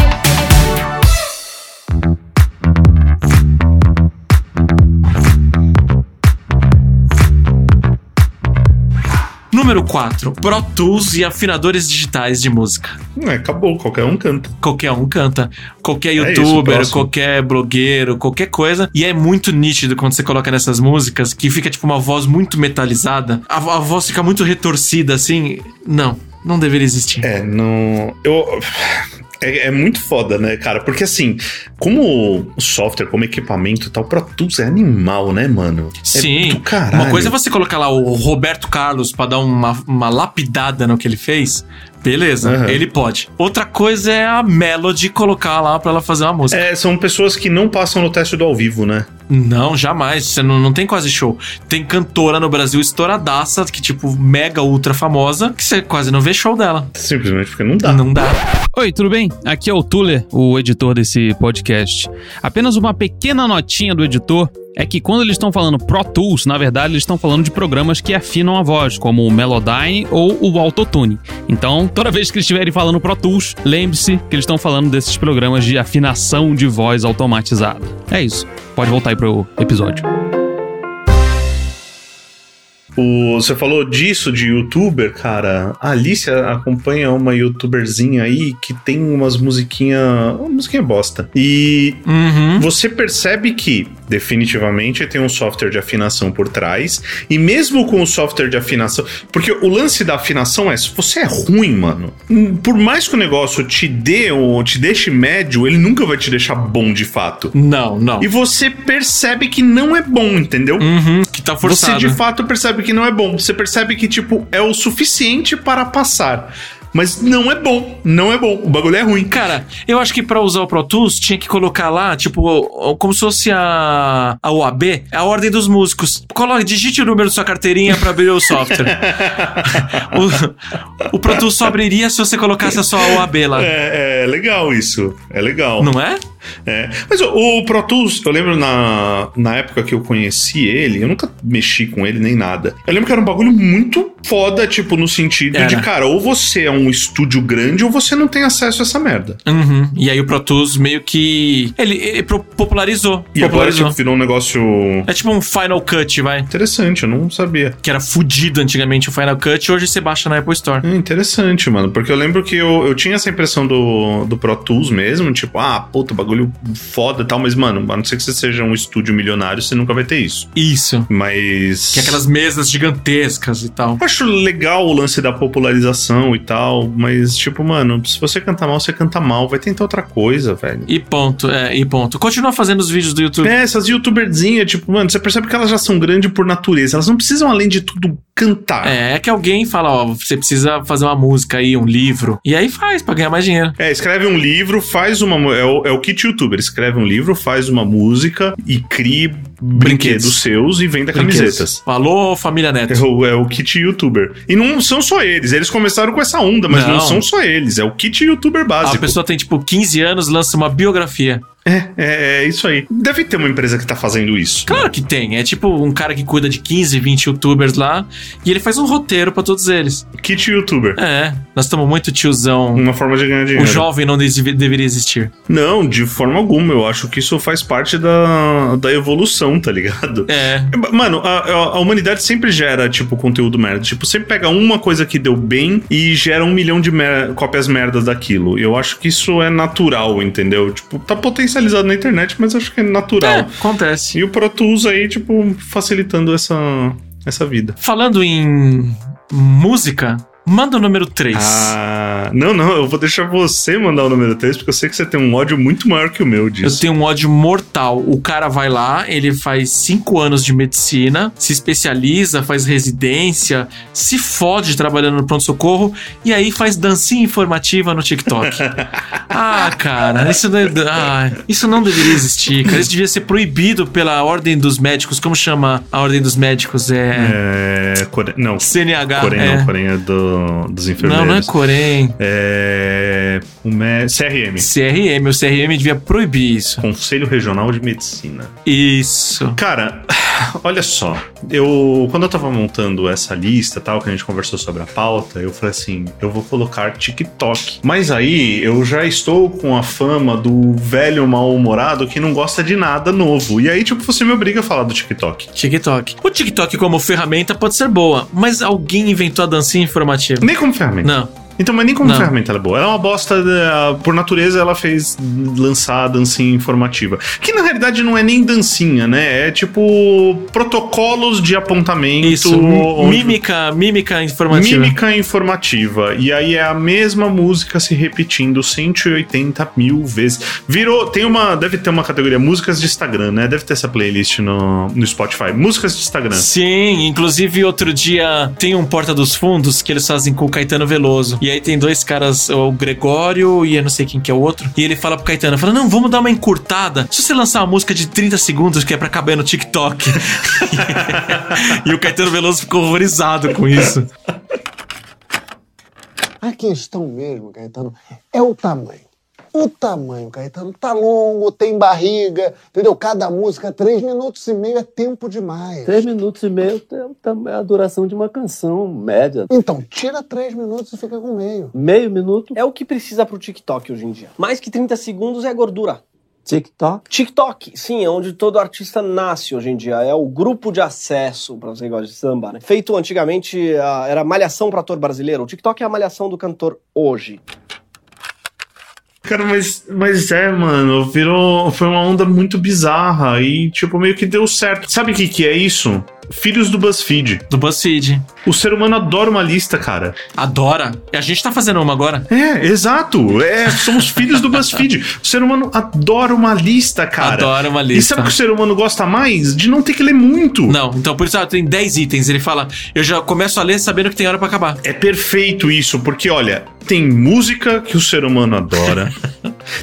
Número 4. Pro Tools e afinadores digitais de música. Não, é, acabou, qualquer um canta. Qualquer um canta. Qualquer É isso, youtuber, próximo. qualquer blogueiro, qualquer coisa. E é muito nítido quando você coloca nessas músicas que fica tipo uma voz muito metalizada. A, vo- a voz fica muito retorcida assim. Não, não deveria existir. É, não. Eu. É, é muito foda, né, cara? Porque assim, como software, como equipamento e tal, Pro Tools é animal, né, mano? Sim. É do caralho. Uma coisa é você colocar lá o Roberto Carlos pra dar uma, uma lapidada no que ele fez. Beleza, Aham. ele pode. Outra coisa é a Melody colocar lá pra ela fazer uma música. É, são pessoas que não passam no teste do ao vivo, né? Não, jamais. Você não, não tem quase show. Tem cantora no Brasil estouradaça, que tipo, mega ultra famosa, que você quase não vê show dela. Simplesmente porque não dá. Não dá. Oi, tudo bem? Aqui é o Tuller, o editor desse podcast. Apenas uma pequena notinha do editor é que quando eles estão falando Pro Tools, na verdade eles estão falando de programas que afinam a voz, como o Melodyne ou o Autotune. Então, toda vez que eles estiverem falando Pro Tools, lembre-se que eles estão falando desses programas de afinação de voz automatizada. É isso. Pode voltar aí pro episódio. O- você falou disso de youtuber, cara. A Alice acompanha uma youtuberzinha aí que tem umas musiquinhas. Uma musiquinha bosta. E Uhum. Você percebe que definitivamente tem um software de afinação por trás, e mesmo com o software de afinação, porque o lance da afinação é se você é ruim, mano, hum, por mais que o negócio te dê ou te deixe médio, ele nunca vai te deixar bom de fato. Não, não. E você percebe que não é bom, entendeu? Uhum, que tá forçado. Você de fato percebe que não é bom. Você percebe que, tipo, é o suficiente para passar. Mas não é bom. Não é bom. O bagulho é ruim. Cara, eu acho que pra usar o Pro Tools tinha que colocar lá, tipo, o- o- como se fosse a, a UAB, a ordem dos músicos. Coloque, digite o número da sua carteirinha pra abrir o software. o, o Pro Tools só abriria se você colocasse a sua UAB lá. É, é legal isso. É legal. Ah. Não é? É. Mas o, o Pro Tools, eu lembro na, na época que eu conheci ele, eu nunca mexi com ele nem nada. Eu lembro que era um bagulho muito foda, tipo, no sentido Era. de, cara, ou você é um estúdio grande ou você não tem acesso a essa merda. Uhum. E aí o Pro Tools meio que. Ele, ele pro- popularizou. E agora, popularizou. tipo, virou um negócio É tipo um Final Cut, vai. interessante, eu não sabia. Que era fudido antigamente o Final Cut, hoje você baixa na Apple Store. É interessante, mano, porque eu lembro que eu, eu tinha essa impressão do, do Pro Tools mesmo, tipo, ah, puta, bagulho foda e tal, mas, mano, a não ser que você seja um estúdio milionário, você nunca vai ter isso. Isso. Mas. Que é aquelas mesas gigantescas e tal. Eu acho legal o lance da popularização e tal, mas, tipo, mano, se você cantar mal, você canta mal, vai tentar outra coisa, velho. E ponto, é, e ponto. Continua fazendo os vídeos do YouTube. É, essas youtuberzinhas, tipo, mano, você percebe que elas já são grandes por natureza. Elas não precisam, além de tudo, cantar. É, é que alguém fala, ó, você precisa fazer uma música aí, um livro. E aí faz pra ganhar mais dinheiro. É, escreve um livro, faz uma. mu- É o, é o kit youtuber. Escreve um livro, faz uma música e cria brinquedos seus e venda Brinquedos. camisetas. Alô, família Neto. É o, é o kit youtuber. E não são só eles. Eles começaram com essa onda, mas não, Não. são só eles. É o kit youtuber A básico. pessoa tem, tipo, 15 anos, lança uma biografia. É, é isso aí. Deve ter uma empresa que tá fazendo isso. Claro que tem. É tipo um cara que cuida de 15, 20 youtubers lá e ele faz um roteiro pra todos eles. Kit youtuber. É, nós estamos muito tiozão. Uma forma de ganhar dinheiro. O jovem não des- deveria existir. Não, de forma alguma. Eu acho que isso faz parte da, da evolução, tá ligado? É. Mano, a, a- a humanidade sempre gera, tipo, conteúdo merda. Tipo, sempre pega uma coisa que deu bem e gera um milhão de mer- cópias merdas daquilo. Eu acho que isso é natural, entendeu? Tipo, tá potencializado na internet, mas acho que é é natural. acontece. E o Pro Tools aí, tipo, facilitando essa, essa vida. Falando em música, manda o número 3. Ah, não, não, eu vou deixar você mandar o número 3, porque eu sei que você tem um ódio muito maior que o meu Eu disso. tenho um ódio mortal. O cara vai lá, ele faz cinco anos de medicina, se especializa, faz residência, se fode trabalhando no pronto-socorro e aí faz dancinha informativa no TikTok. ah, cara, isso não, é- ah, isso não deveria existir, cara. Isso devia ser proibido pela Ordem dos Médicos. Como chama a Ordem dos Médicos? É. É, core... Não, CNH. Corém é. não, Corém é do, dos Não, enfermeiros. não é Corém. É. o me- CRM. CRM. O CRM devia proibir isso. Conselho Regional de Medicina. Isso. Cara, olha só. Eu, quando eu tava montando essa lista tal, que a gente conversou sobre a pauta, eu falei assim: eu vou colocar TikTok. Mas aí eu já estou com a fama do velho mal-humorado que não gosta de nada novo. E aí, tipo, você me obriga a falar do TikTok. TikTok. O TikTok como ferramenta pode ser boa, mas alguém inventou a dancinha informativa. Nem como ferramenta. Não. Então, mas nem como Não. ferramenta ela é boa. Ela é uma bosta, eh, por natureza, ela fez lançar a dancinha informativa. Que na realidade não é nem dancinha, né? É tipo protocolos de apontamento. Isso. onde- Mímica, mímica informativa. Mímica informativa. E aí é a mesma música se repetindo 180 mil vezes. Virou. Tem uma. Deve ter uma categoria músicas de Instagram, né? Deve ter essa playlist no, no Spotify. Músicas de Instagram. Sim, inclusive outro dia tem um Porta dos Fundos que eles fazem com o Caetano Veloso. E aí tem dois caras, o Gregório e eu não sei quem que é o outro. E ele fala pro Caetano, fala, não, vamos dar uma encurtada. Se você lançar uma música de 30 segundos que é pra caber no TikTok. e o Caetano Veloso ficou horrorizado com isso. A questão mesmo, Caetano, é o tamanho. O tamanho, Caetano, tá longo, tem barriga, entendeu? Cada música, três minutos e meio é tempo demais. Três minutos e meio é o tam- é a duração de uma canção média. Então, tira três minutos e fica com meio. Meio minuto. É o que precisa pro TikTok hoje em dia. Mais que 30 segundos é gordura. TikTok. TikTok, sim, é onde todo artista nasce hoje em dia. É o grupo de acesso, pra você que gosta de samba, né? Feito antigamente, ah, era malhação pro ator brasileiro. O TikTok é a malhação do cantor hoje. Cara, mas, mas é, mano, virou. Foi uma onda muito bizarra e, tipo, meio que deu certo. Sabe o que, que é isso? Filhos do BuzzFeed. Do BuzzFeed. O ser humano adora uma lista, cara. Adora. E a gente tá fazendo uma agora. É, exato. É, somos filhos do BuzzFeed. O ser humano adora uma lista, cara. é Adora uma E lista. sabe o que o ser humano gosta mais? De não ter que ler muito. Não, então por isso ah, tem 10 itens. Ele fala, eu já começo a ler sabendo que tem hora pra acabar. É perfeito isso, porque olha, tem música que o ser humano adora,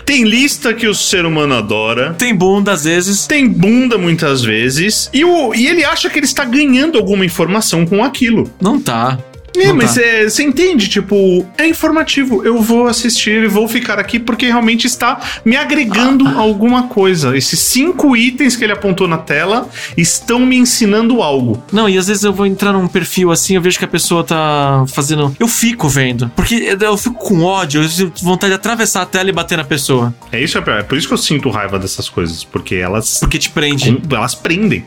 tem lista que o ser humano adora, Tem bunda às vezes. tem bunda muitas vezes, e, o, e ele acha que ele está ganhando alguma informação com aquilo. Não tá. É, Não mas tá. é, você entende? Tipo, é informativo. Eu vou assistir e vou ficar aqui porque realmente está me agregando Ah. alguma coisa. Esses cinco itens que ele apontou na tela estão me ensinando algo. Não, e às vezes eu vou entrar num perfil assim, eu vejo que a pessoa tá fazendo. Eu fico vendo. Porque eu fico com ódio, eu tenho vontade de atravessar a tela e bater na pessoa. É isso, é pior. é por isso que eu sinto raiva dessas coisas, porque elas Porque te prende. Com- elas prendem.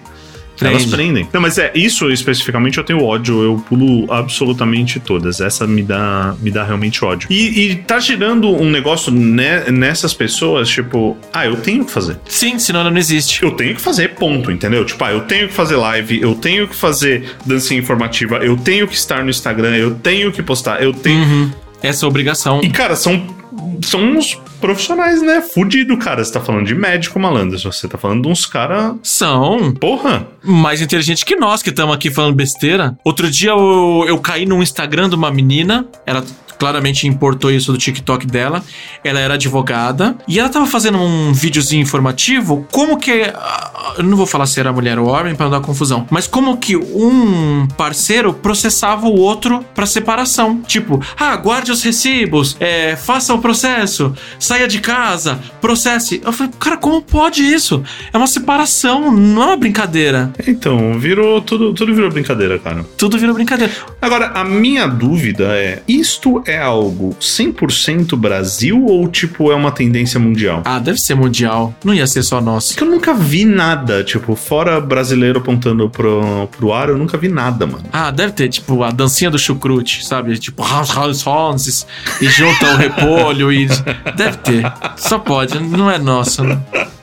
Prende. Elas prendem. Não, mas é, isso especificamente eu tenho ódio, eu pulo absolutamente todas. Essa me dá, me dá realmente ódio. E, e tá girando um negócio ne- nessas pessoas, tipo, ah, eu tenho que fazer. Sim, senão ela não existe. Eu tenho que fazer, ponto, entendeu? Tipo, ah, eu tenho que fazer live, eu tenho que fazer dancinha informativa, eu tenho que estar no Instagram, eu tenho que postar, eu tenho. Uhum. Essa é a obrigação. E, cara, são são uns profissionais, né? Fudido, cara. Você tá falando de médico malandro. Você tá falando de uns caras. São Porra! mais inteligentes que nós que estamos aqui falando besteira. Outro dia eu, eu caí no Instagram de uma menina, ela claramente importou isso do TikTok dela. Ela era advogada e ela tava fazendo um videozinho informativo como que ah, eu não vou falar se era mulher ou homem para não dar confusão, mas como que um parceiro processava o outro para separação. Tipo, ah, guarde os recibos, é, faça o processo, saia de casa, processe. Eu falei, cara, como pode isso? É uma separação, não é uma brincadeira. Então, virou. Tudo, tudo virou brincadeira, cara. Tudo vira brincadeira. Agora, a minha dúvida é: isto é algo 100% Brasil ou, tipo, é uma tendência mundial? Ah, deve ser mundial. Não ia ser só nosso. Que eu nunca vi nada, tipo, fora brasileiro apontando pro, pro ar, eu nunca vi nada, mano. Ah, deve ter, tipo, a dancinha do chucrute, sabe? Tipo, Hans Hans Hans, e junta o repolho e. Deve ter. Só pode, não é nosso. né?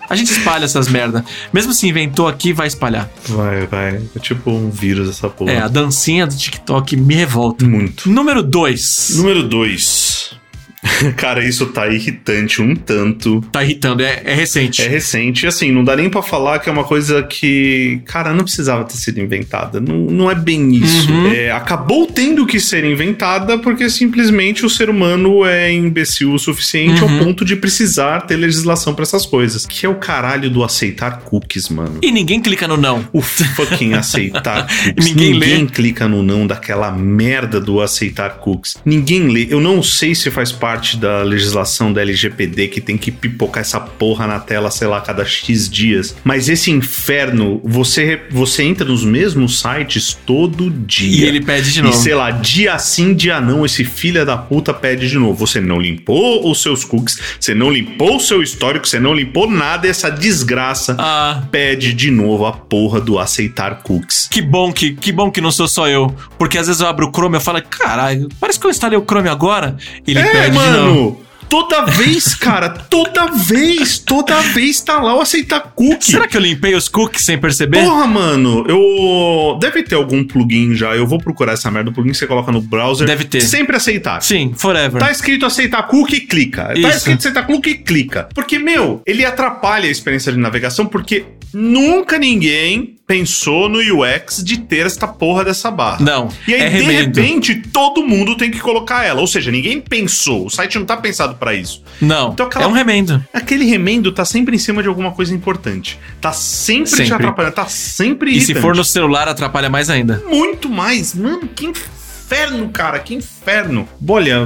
A gente espalha essas merda. Mesmo se inventou aqui, vai espalhar. Vai, vai. É tipo um vírus essa porra. É, a dancinha do TikTok me revolta. Muito. Número 2. Número 2. Cara, isso tá irritante um tanto. Tá irritando, é, é recente. É recente, assim, não dá nem pra falar que é uma coisa que, cara, não precisava ter sido inventada. Não, não é bem isso. Uhum. É, acabou tendo que ser inventada porque simplesmente o ser humano é imbecil o suficiente Uhum. ao ponto de precisar ter legislação pra essas coisas. Que é o caralho do aceitar cookies, mano. E ninguém clica no não. O fucking aceitar cookies. Ninguém Ninguém, lê. clica no não daquela merda do aceitar cookies. Ninguém lê. Eu não sei se faz parte da legislação da LGPD que tem que pipocar essa porra na tela, sei lá, a cada X dias. Mas esse inferno, você, você entra nos mesmos sites todo dia. E ele pede de E novo. sei lá, dia sim, dia não, esse filho da puta pede de novo. Você não limpou os seus cookies, você não limpou o seu histórico, você não limpou nada, essa desgraça Ah, pede de novo a porra do aceitar cookies. que bom que, que bom que não sou só eu. Porque às vezes eu abro o Chrome e eu falo, caralho, parece que eu instalei o Chrome agora. Ele é, pede de novo. mano! Toda vez, cara, toda vez, toda vez tá lá o aceitar cookie. Será que é eu limpei os cookies sem perceber? Porra, mano, eu. Deve ter algum plugin já. Eu vou procurar essa merda. O plugin que você coloca no browser. Deve ter. Sempre aceitar. Sim, forever. Tá escrito aceitar cookie, clica. Isso. Tá escrito aceitar cookie, clica. Porque, meu, ele atrapalha a experiência de navegação porque nunca ninguém pensou no UX de ter esta porra dessa barra. Não. E aí, é de remendo. repente, todo mundo tem que colocar ela. Ou seja, ninguém pensou. O site não tá pensado pra isso. Não. Então, aquela- É um remendo. Aquele remendo tá sempre em cima de alguma coisa importante. Tá sempre, te Sempre. atrapalhando. Tá sempre E se irritante. for no celular, atrapalha mais ainda. Muito mais. Mano, que inferno, cara. Que inferno. Olha,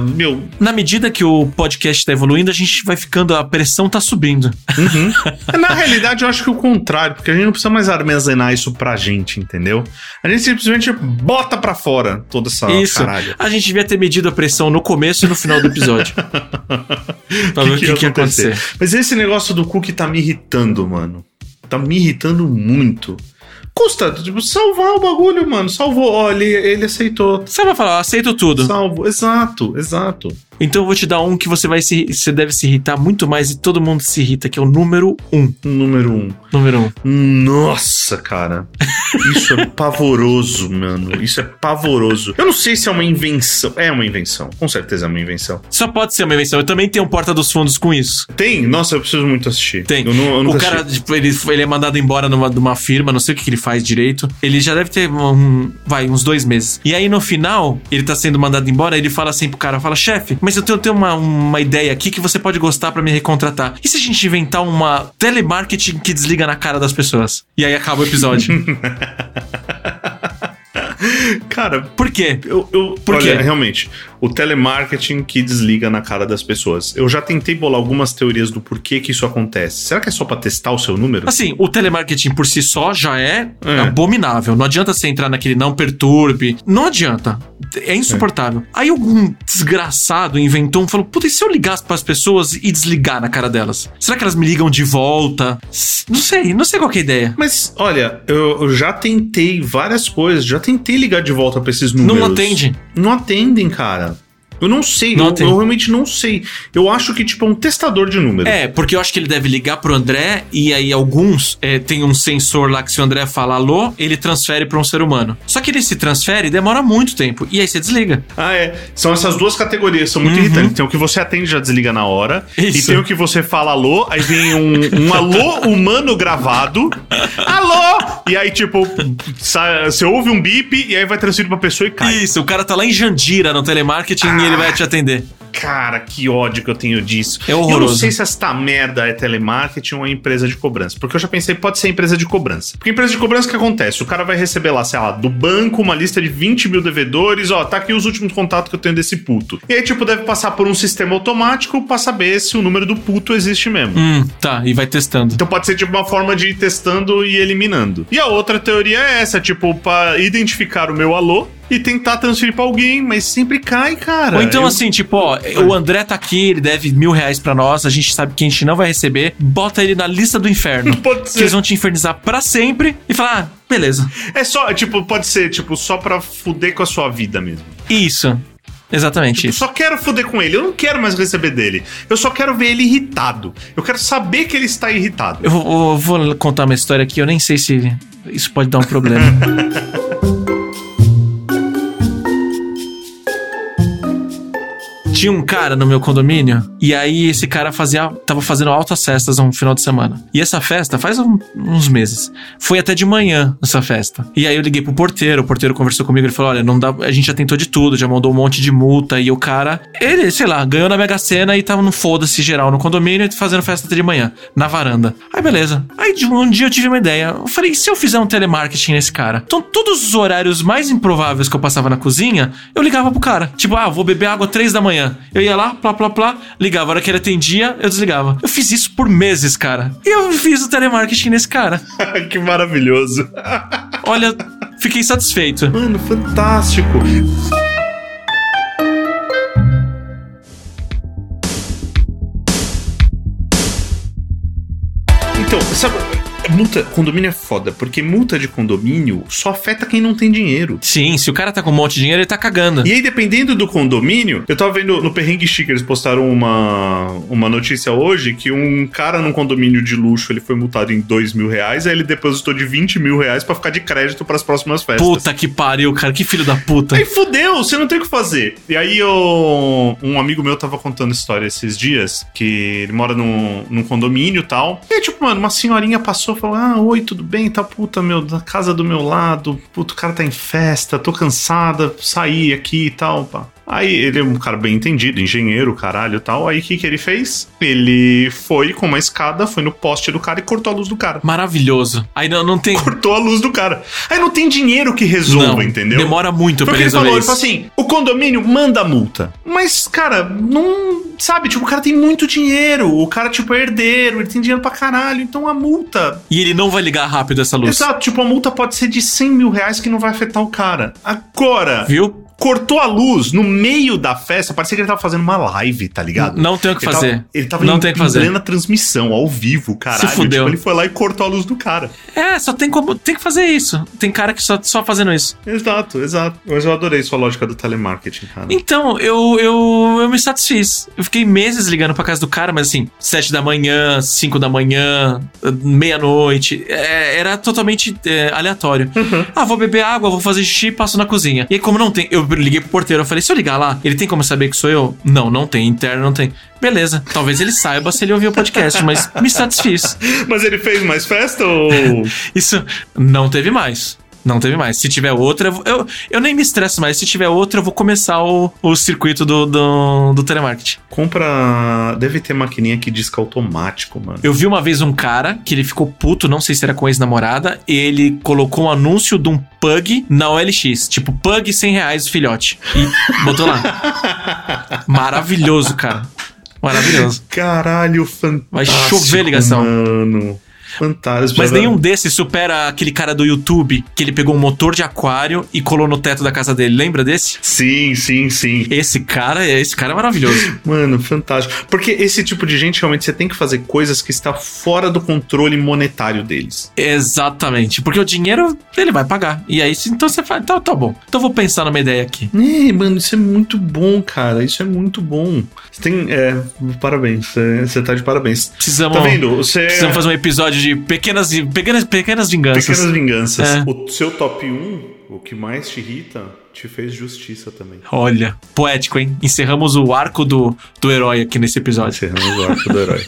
meu... Na medida que o podcast tá evoluindo, a gente vai ficando. A pressão tá subindo. uhum. Na realidade, eu acho que o contrário. Porque a gente não precisa mais armazenar isso pra gente, entendeu? A gente simplesmente bota pra fora toda essa Isso. caralho. A gente devia ter medido a pressão no começo e no final do episódio. pra ver o que, que ia acontecer. Mas esse negócio do cookie tá me irritando, mano. Tá me irritando muito. Custa, tipo, salvar o bagulho, mano. Salvou. Ó, ele, ele aceitou. Você vai falar, "Eu aceito tudo. Salvo. Exato, exato. Então eu vou te dar um que você vai se. Você deve se irritar muito mais e todo mundo se irrita, que é o número um. Número um. Número um. Nossa, cara. Isso é pavoroso, mano. Isso é pavoroso. Eu não sei se é uma invenção. É uma invenção. Com certeza é uma invenção. Só pode ser uma invenção. Eu também tenho Porta dos Fundos com isso. Tem? Nossa, eu preciso muito assistir. Tem. Eu, não, eu O nunca cara, assisti. tipo, ele, ele é mandado embora numa, de uma firma, não sei o que, que ele faz direito. Ele já deve ter, um, vai, uns dois meses. E aí, no final, ele tá sendo mandado embora, ele fala assim pro cara, fala, chefe, mas eu tenho, tenho uma, uma ideia aqui que você pode gostar pra me recontratar. E se a gente inventar uma telemarketing que desliga na cara das pessoas? E aí acaba o episódio. Cara, Por quê? Eu, eu, Por olha, quê? realmente, o telemarketing que desliga na cara das pessoas. Eu já tentei bolar algumas teorias do porquê que isso acontece. Será que é só pra testar o seu número? Assim, o telemarketing por si só já é, É. abominável. Não adianta você entrar naquele não perturbe. Não adianta. É insuportável. Aí algum desgraçado inventou um falou: Puta, e se eu ligasse pras pessoas e desligar na cara delas? Será que elas me ligam de volta? S- Não sei, não sei qual que é a ideia. Mas, olha, eu, eu já tentei várias coisas, já tentei ligar de volta pra esses números. Não atende. Não atendem, cara. Eu não sei, Não eu, tem. eu realmente não sei. Eu acho que, tipo, é um testador de número. É, porque eu acho que ele deve ligar pro André e aí alguns eh, tem um sensor lá que se o André fala alô, ele transfere pra um ser humano. Só que ele se transfere e demora muito tempo. E aí você desliga. Ah, é. São essas duas categorias, são muito irritantes. Tem o que você atende e já desliga na hora. E Isso. tem o que você fala alô, aí vem um, um alô humano gravado. alô! E aí, tipo, sa- você ouve um bip e aí vai transferir pra pessoa e cai. Isso, o cara tá lá em Jandira no telemarketing e ele vai te atender. Cara, que ódio que eu tenho disso. É Eu não horroroso. sei se esta merda é telemarketing ou é empresa de cobrança. Porque eu já pensei, pode ser empresa de cobrança. Porque empresa de cobrança, o que acontece? O cara vai receber lá, sei lá, do banco uma lista de 20 mil devedores. Ó, tá aqui os últimos contatos que eu tenho desse puto. E aí, tipo, deve passar por um sistema automático pra saber se o número do puto existe mesmo. Hum, tá, e vai testando. Então pode ser tipo uma forma de ir testando e eliminando. E a outra teoria é essa, tipo, pra identificar o meu alô e tentar transferir pra alguém, mas sempre cai, cara. Ou então, Eu- Ah. assim, tipo, ó, o André tá aqui, ele deve mil reais pra nós, a gente sabe que a gente não vai receber, bota ele na lista do inferno. Pode ser. Que eles vão te infernizar pra sempre e falar, ah, beleza. É só, tipo, pode ser, tipo, só pra fuder com a sua vida mesmo. Isso. Exatamente Eu isso. só quero fuder com ele, eu não quero mais receber dele. Eu só quero ver ele irritado. Eu quero saber que ele está irritado. Eu vou, eu vou contar uma história aqui, eu nem sei se isso pode dar um problema. Tinha um cara no meu condomínio, e aí esse cara fazia, tava fazendo altas festas um final de semana. E essa festa, faz um- uns meses, foi até de manhã essa festa. E aí eu liguei pro porteiro, o porteiro conversou comigo, ele falou: olha, não dá, a gente já tentou de tudo, já mandou um monte de multa, e o cara, ele, sei lá, ganhou na Mega Sena e tava no foda-se geral no condomínio e fazendo festa até de manhã, na varanda. Aí beleza. Aí de um dia eu tive uma ideia. Eu falei, e se eu fizer um telemarketing nesse cara? Então todos os horários mais improváveis que eu passava na cozinha, eu ligava pro cara. Tipo, ah, vou beber água três da manhã. Eu ia lá, plá, plá, plá, ligava. A hora que ele atendia, eu desligava. Eu fiz isso por meses, cara. E eu fiz o telemarketing nesse cara. que maravilhoso. Olha, fiquei satisfeito. Mano, fantástico. Então, sabe. Multa, condomínio é foda, porque multa de condomínio só afeta quem não tem dinheiro. Sim, se o cara tá com um monte de dinheiro, ele tá cagando. E aí, dependendo do condomínio, eu tava vendo no Perrengue Chique, eles postaram uma, uma notícia hoje que um cara num condomínio de luxo, ele foi multado em 2 mil reais, aí ele depositou de 20 mil reais pra ficar de crédito pras próximas festas. Puta que pariu, cara. Que filho da puta. Aí fudeu, você não tem o que fazer. E aí eu, um amigo meu tava contando história esses dias, que ele mora num, num condomínio e tal. E aí, tipo, mano, uma senhorinha passou e falou: Ah, oi, tudo bem? Tá puta, meu, da casa do meu lado, puto, o cara tá em festa, tô cansada, saí aqui e tal, pá. Aí ele é um cara bem entendido, engenheiro, caralho e tal. Aí o que, que ele fez? Ele foi com uma escada, foi no poste do cara e cortou a luz do cara. Maravilhoso. Aí não, não tem. Cortou a luz do cara. Aí não tem dinheiro que resolva, Não, entendeu? Demora muito Foi o pra que ele resolver falou, ele isso. falou assim, o condomínio manda multa. Mas, cara, não... Sabe, tipo, o cara tem muito dinheiro, o cara, tipo, é herdeiro, ele tem dinheiro pra caralho, então a multa... E ele não vai ligar rápido essa luz. Exato, tipo, a multa pode ser de 100 mil reais que não vai afetar o cara. Agora, Viu? cortou a luz no meio da festa, parecia que ele tava fazendo uma live, tá ligado? Não tem o que Ele fazer. Tava, ele tava não em, tem o que em fazer. plena transmissão, ao vivo, caralho. fudeu. Tipo, ele foi lá e cortou a luz do cara. É, só tem como. Tem que fazer isso. Tem cara que só, só fazendo isso. Exato, exato. Mas eu adorei sua lógica do telemarketing, cara. Então, eu, eu, eu me satisfiz. Eu fiquei meses ligando pra casa do cara, mas assim, sete da manhã, cinco da manhã, eh, meia-noite. é, era totalmente eh, aleatório. Ah, vou beber água, vou fazer xixi e passo na cozinha. E aí, como não tem. Eu liguei pro porteiro, eu falei, se eu ligar lá, ele tem como saber que sou eu? Não, não tem. Interno não tem. Beleza, talvez ele saiba se ele ouvir o podcast, mas me satisfiz. Mas ele fez mais festa ou... Isso não teve mais. Não teve mais. Se tiver outra, eu, vou- eu, eu nem me estresso mais. Se tiver outra, eu vou começar o, o circuito do, do, do telemarketing. Compra. Deve ter maquininha que disca automático, mano. Eu vi uma vez um cara que ele ficou puto, não sei se era com a ex-namorada, ele colocou um anúncio de um pug na OLX. Tipo, pug 100 reais o filhote. E botou lá. Maravilhoso, cara. Maravilhoso. Caralho, fantástico. chover ligação. Mano. Antares. Mas precisava- nenhum desses supera aquele cara do YouTube que ele pegou um motor de aquário e colou no teto da casa dele. Lembra desse? Sim, sim, sim. Esse cara, é- esse cara é maravilhoso. Mano, fantástico. Porque esse tipo de gente, realmente, você tem que fazer coisas que está fora do controle monetário deles. Exatamente. Porque o dinheiro, ele vai pagar. E aí, se- então você fala, então tá bom. Então eu vou pensar numa ideia aqui. É, mano, isso é muito bom, cara. Isso é muito bom. Você tem. É, parabéns. Você você tá de parabéns. Precisamos, Tá vendo? Você. precisamos fazer um episódio de pequenas, pequenas, pequenas vinganças. Pequenas vinganças. É. O seu top 1, o que mais te irrita, te fez justiça também. Olha, poético, hein? Encerramos o arco do, do herói aqui nesse episódio. Encerramos o arco do herói.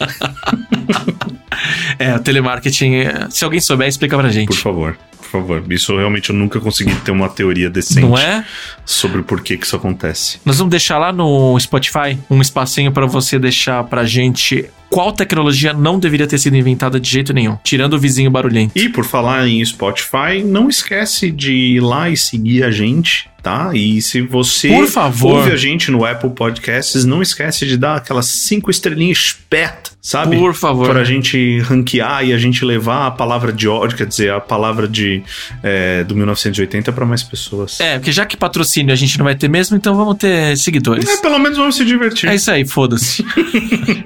É, o telemarketing. é, Se alguém souber, explica pra gente. Por favor. Por favor. Isso realmente eu nunca consegui ter uma teoria decente Não é? sobre o porquê que isso acontece. Nós vamos deixar lá no Spotify um espacinho pra você deixar pra gente qual tecnologia não deveria ter sido inventada de jeito nenhum, tirando o vizinho barulhento. E por falar em Spotify, não esquece de ir lá e seguir a gente, tá? E se você Por favor. ouve a gente no Apple Podcasts, não esquece de dar aquelas cinco estrelinhas esperta, sabe? Por favor. Pra gente ranquear e a gente levar a palavra de ódio, quer dizer, a palavra de é, do 1980 pra mais pessoas. É, porque já que patrocínio a gente não vai ter mesmo, então vamos ter seguidores. É, pelo menos vamos se divertir. É isso aí, foda-se.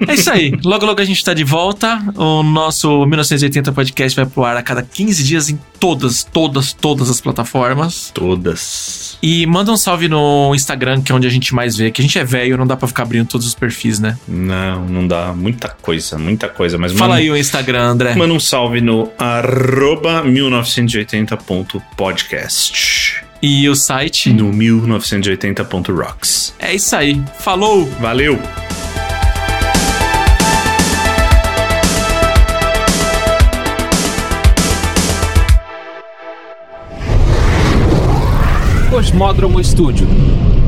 é isso aí. Logo, logo a gente tá de volta. O nosso 1980 podcast vai pro ar a cada 15 dias em todas, todas, todas as plataformas. Todas. E manda um salve no Instagram, que é onde a gente mais vê. Que a gente é velho, não dá pra ficar abrindo todos os perfis, né? Não, não dá. Muita coisa, muita coisa. Mas Fala manda- aí o Instagram, André. Manda um salve no arroba 1980.podcast. E o site. no 1980.rocks. É isso aí. Falou! Valeu! Cosmódromo Estúdio.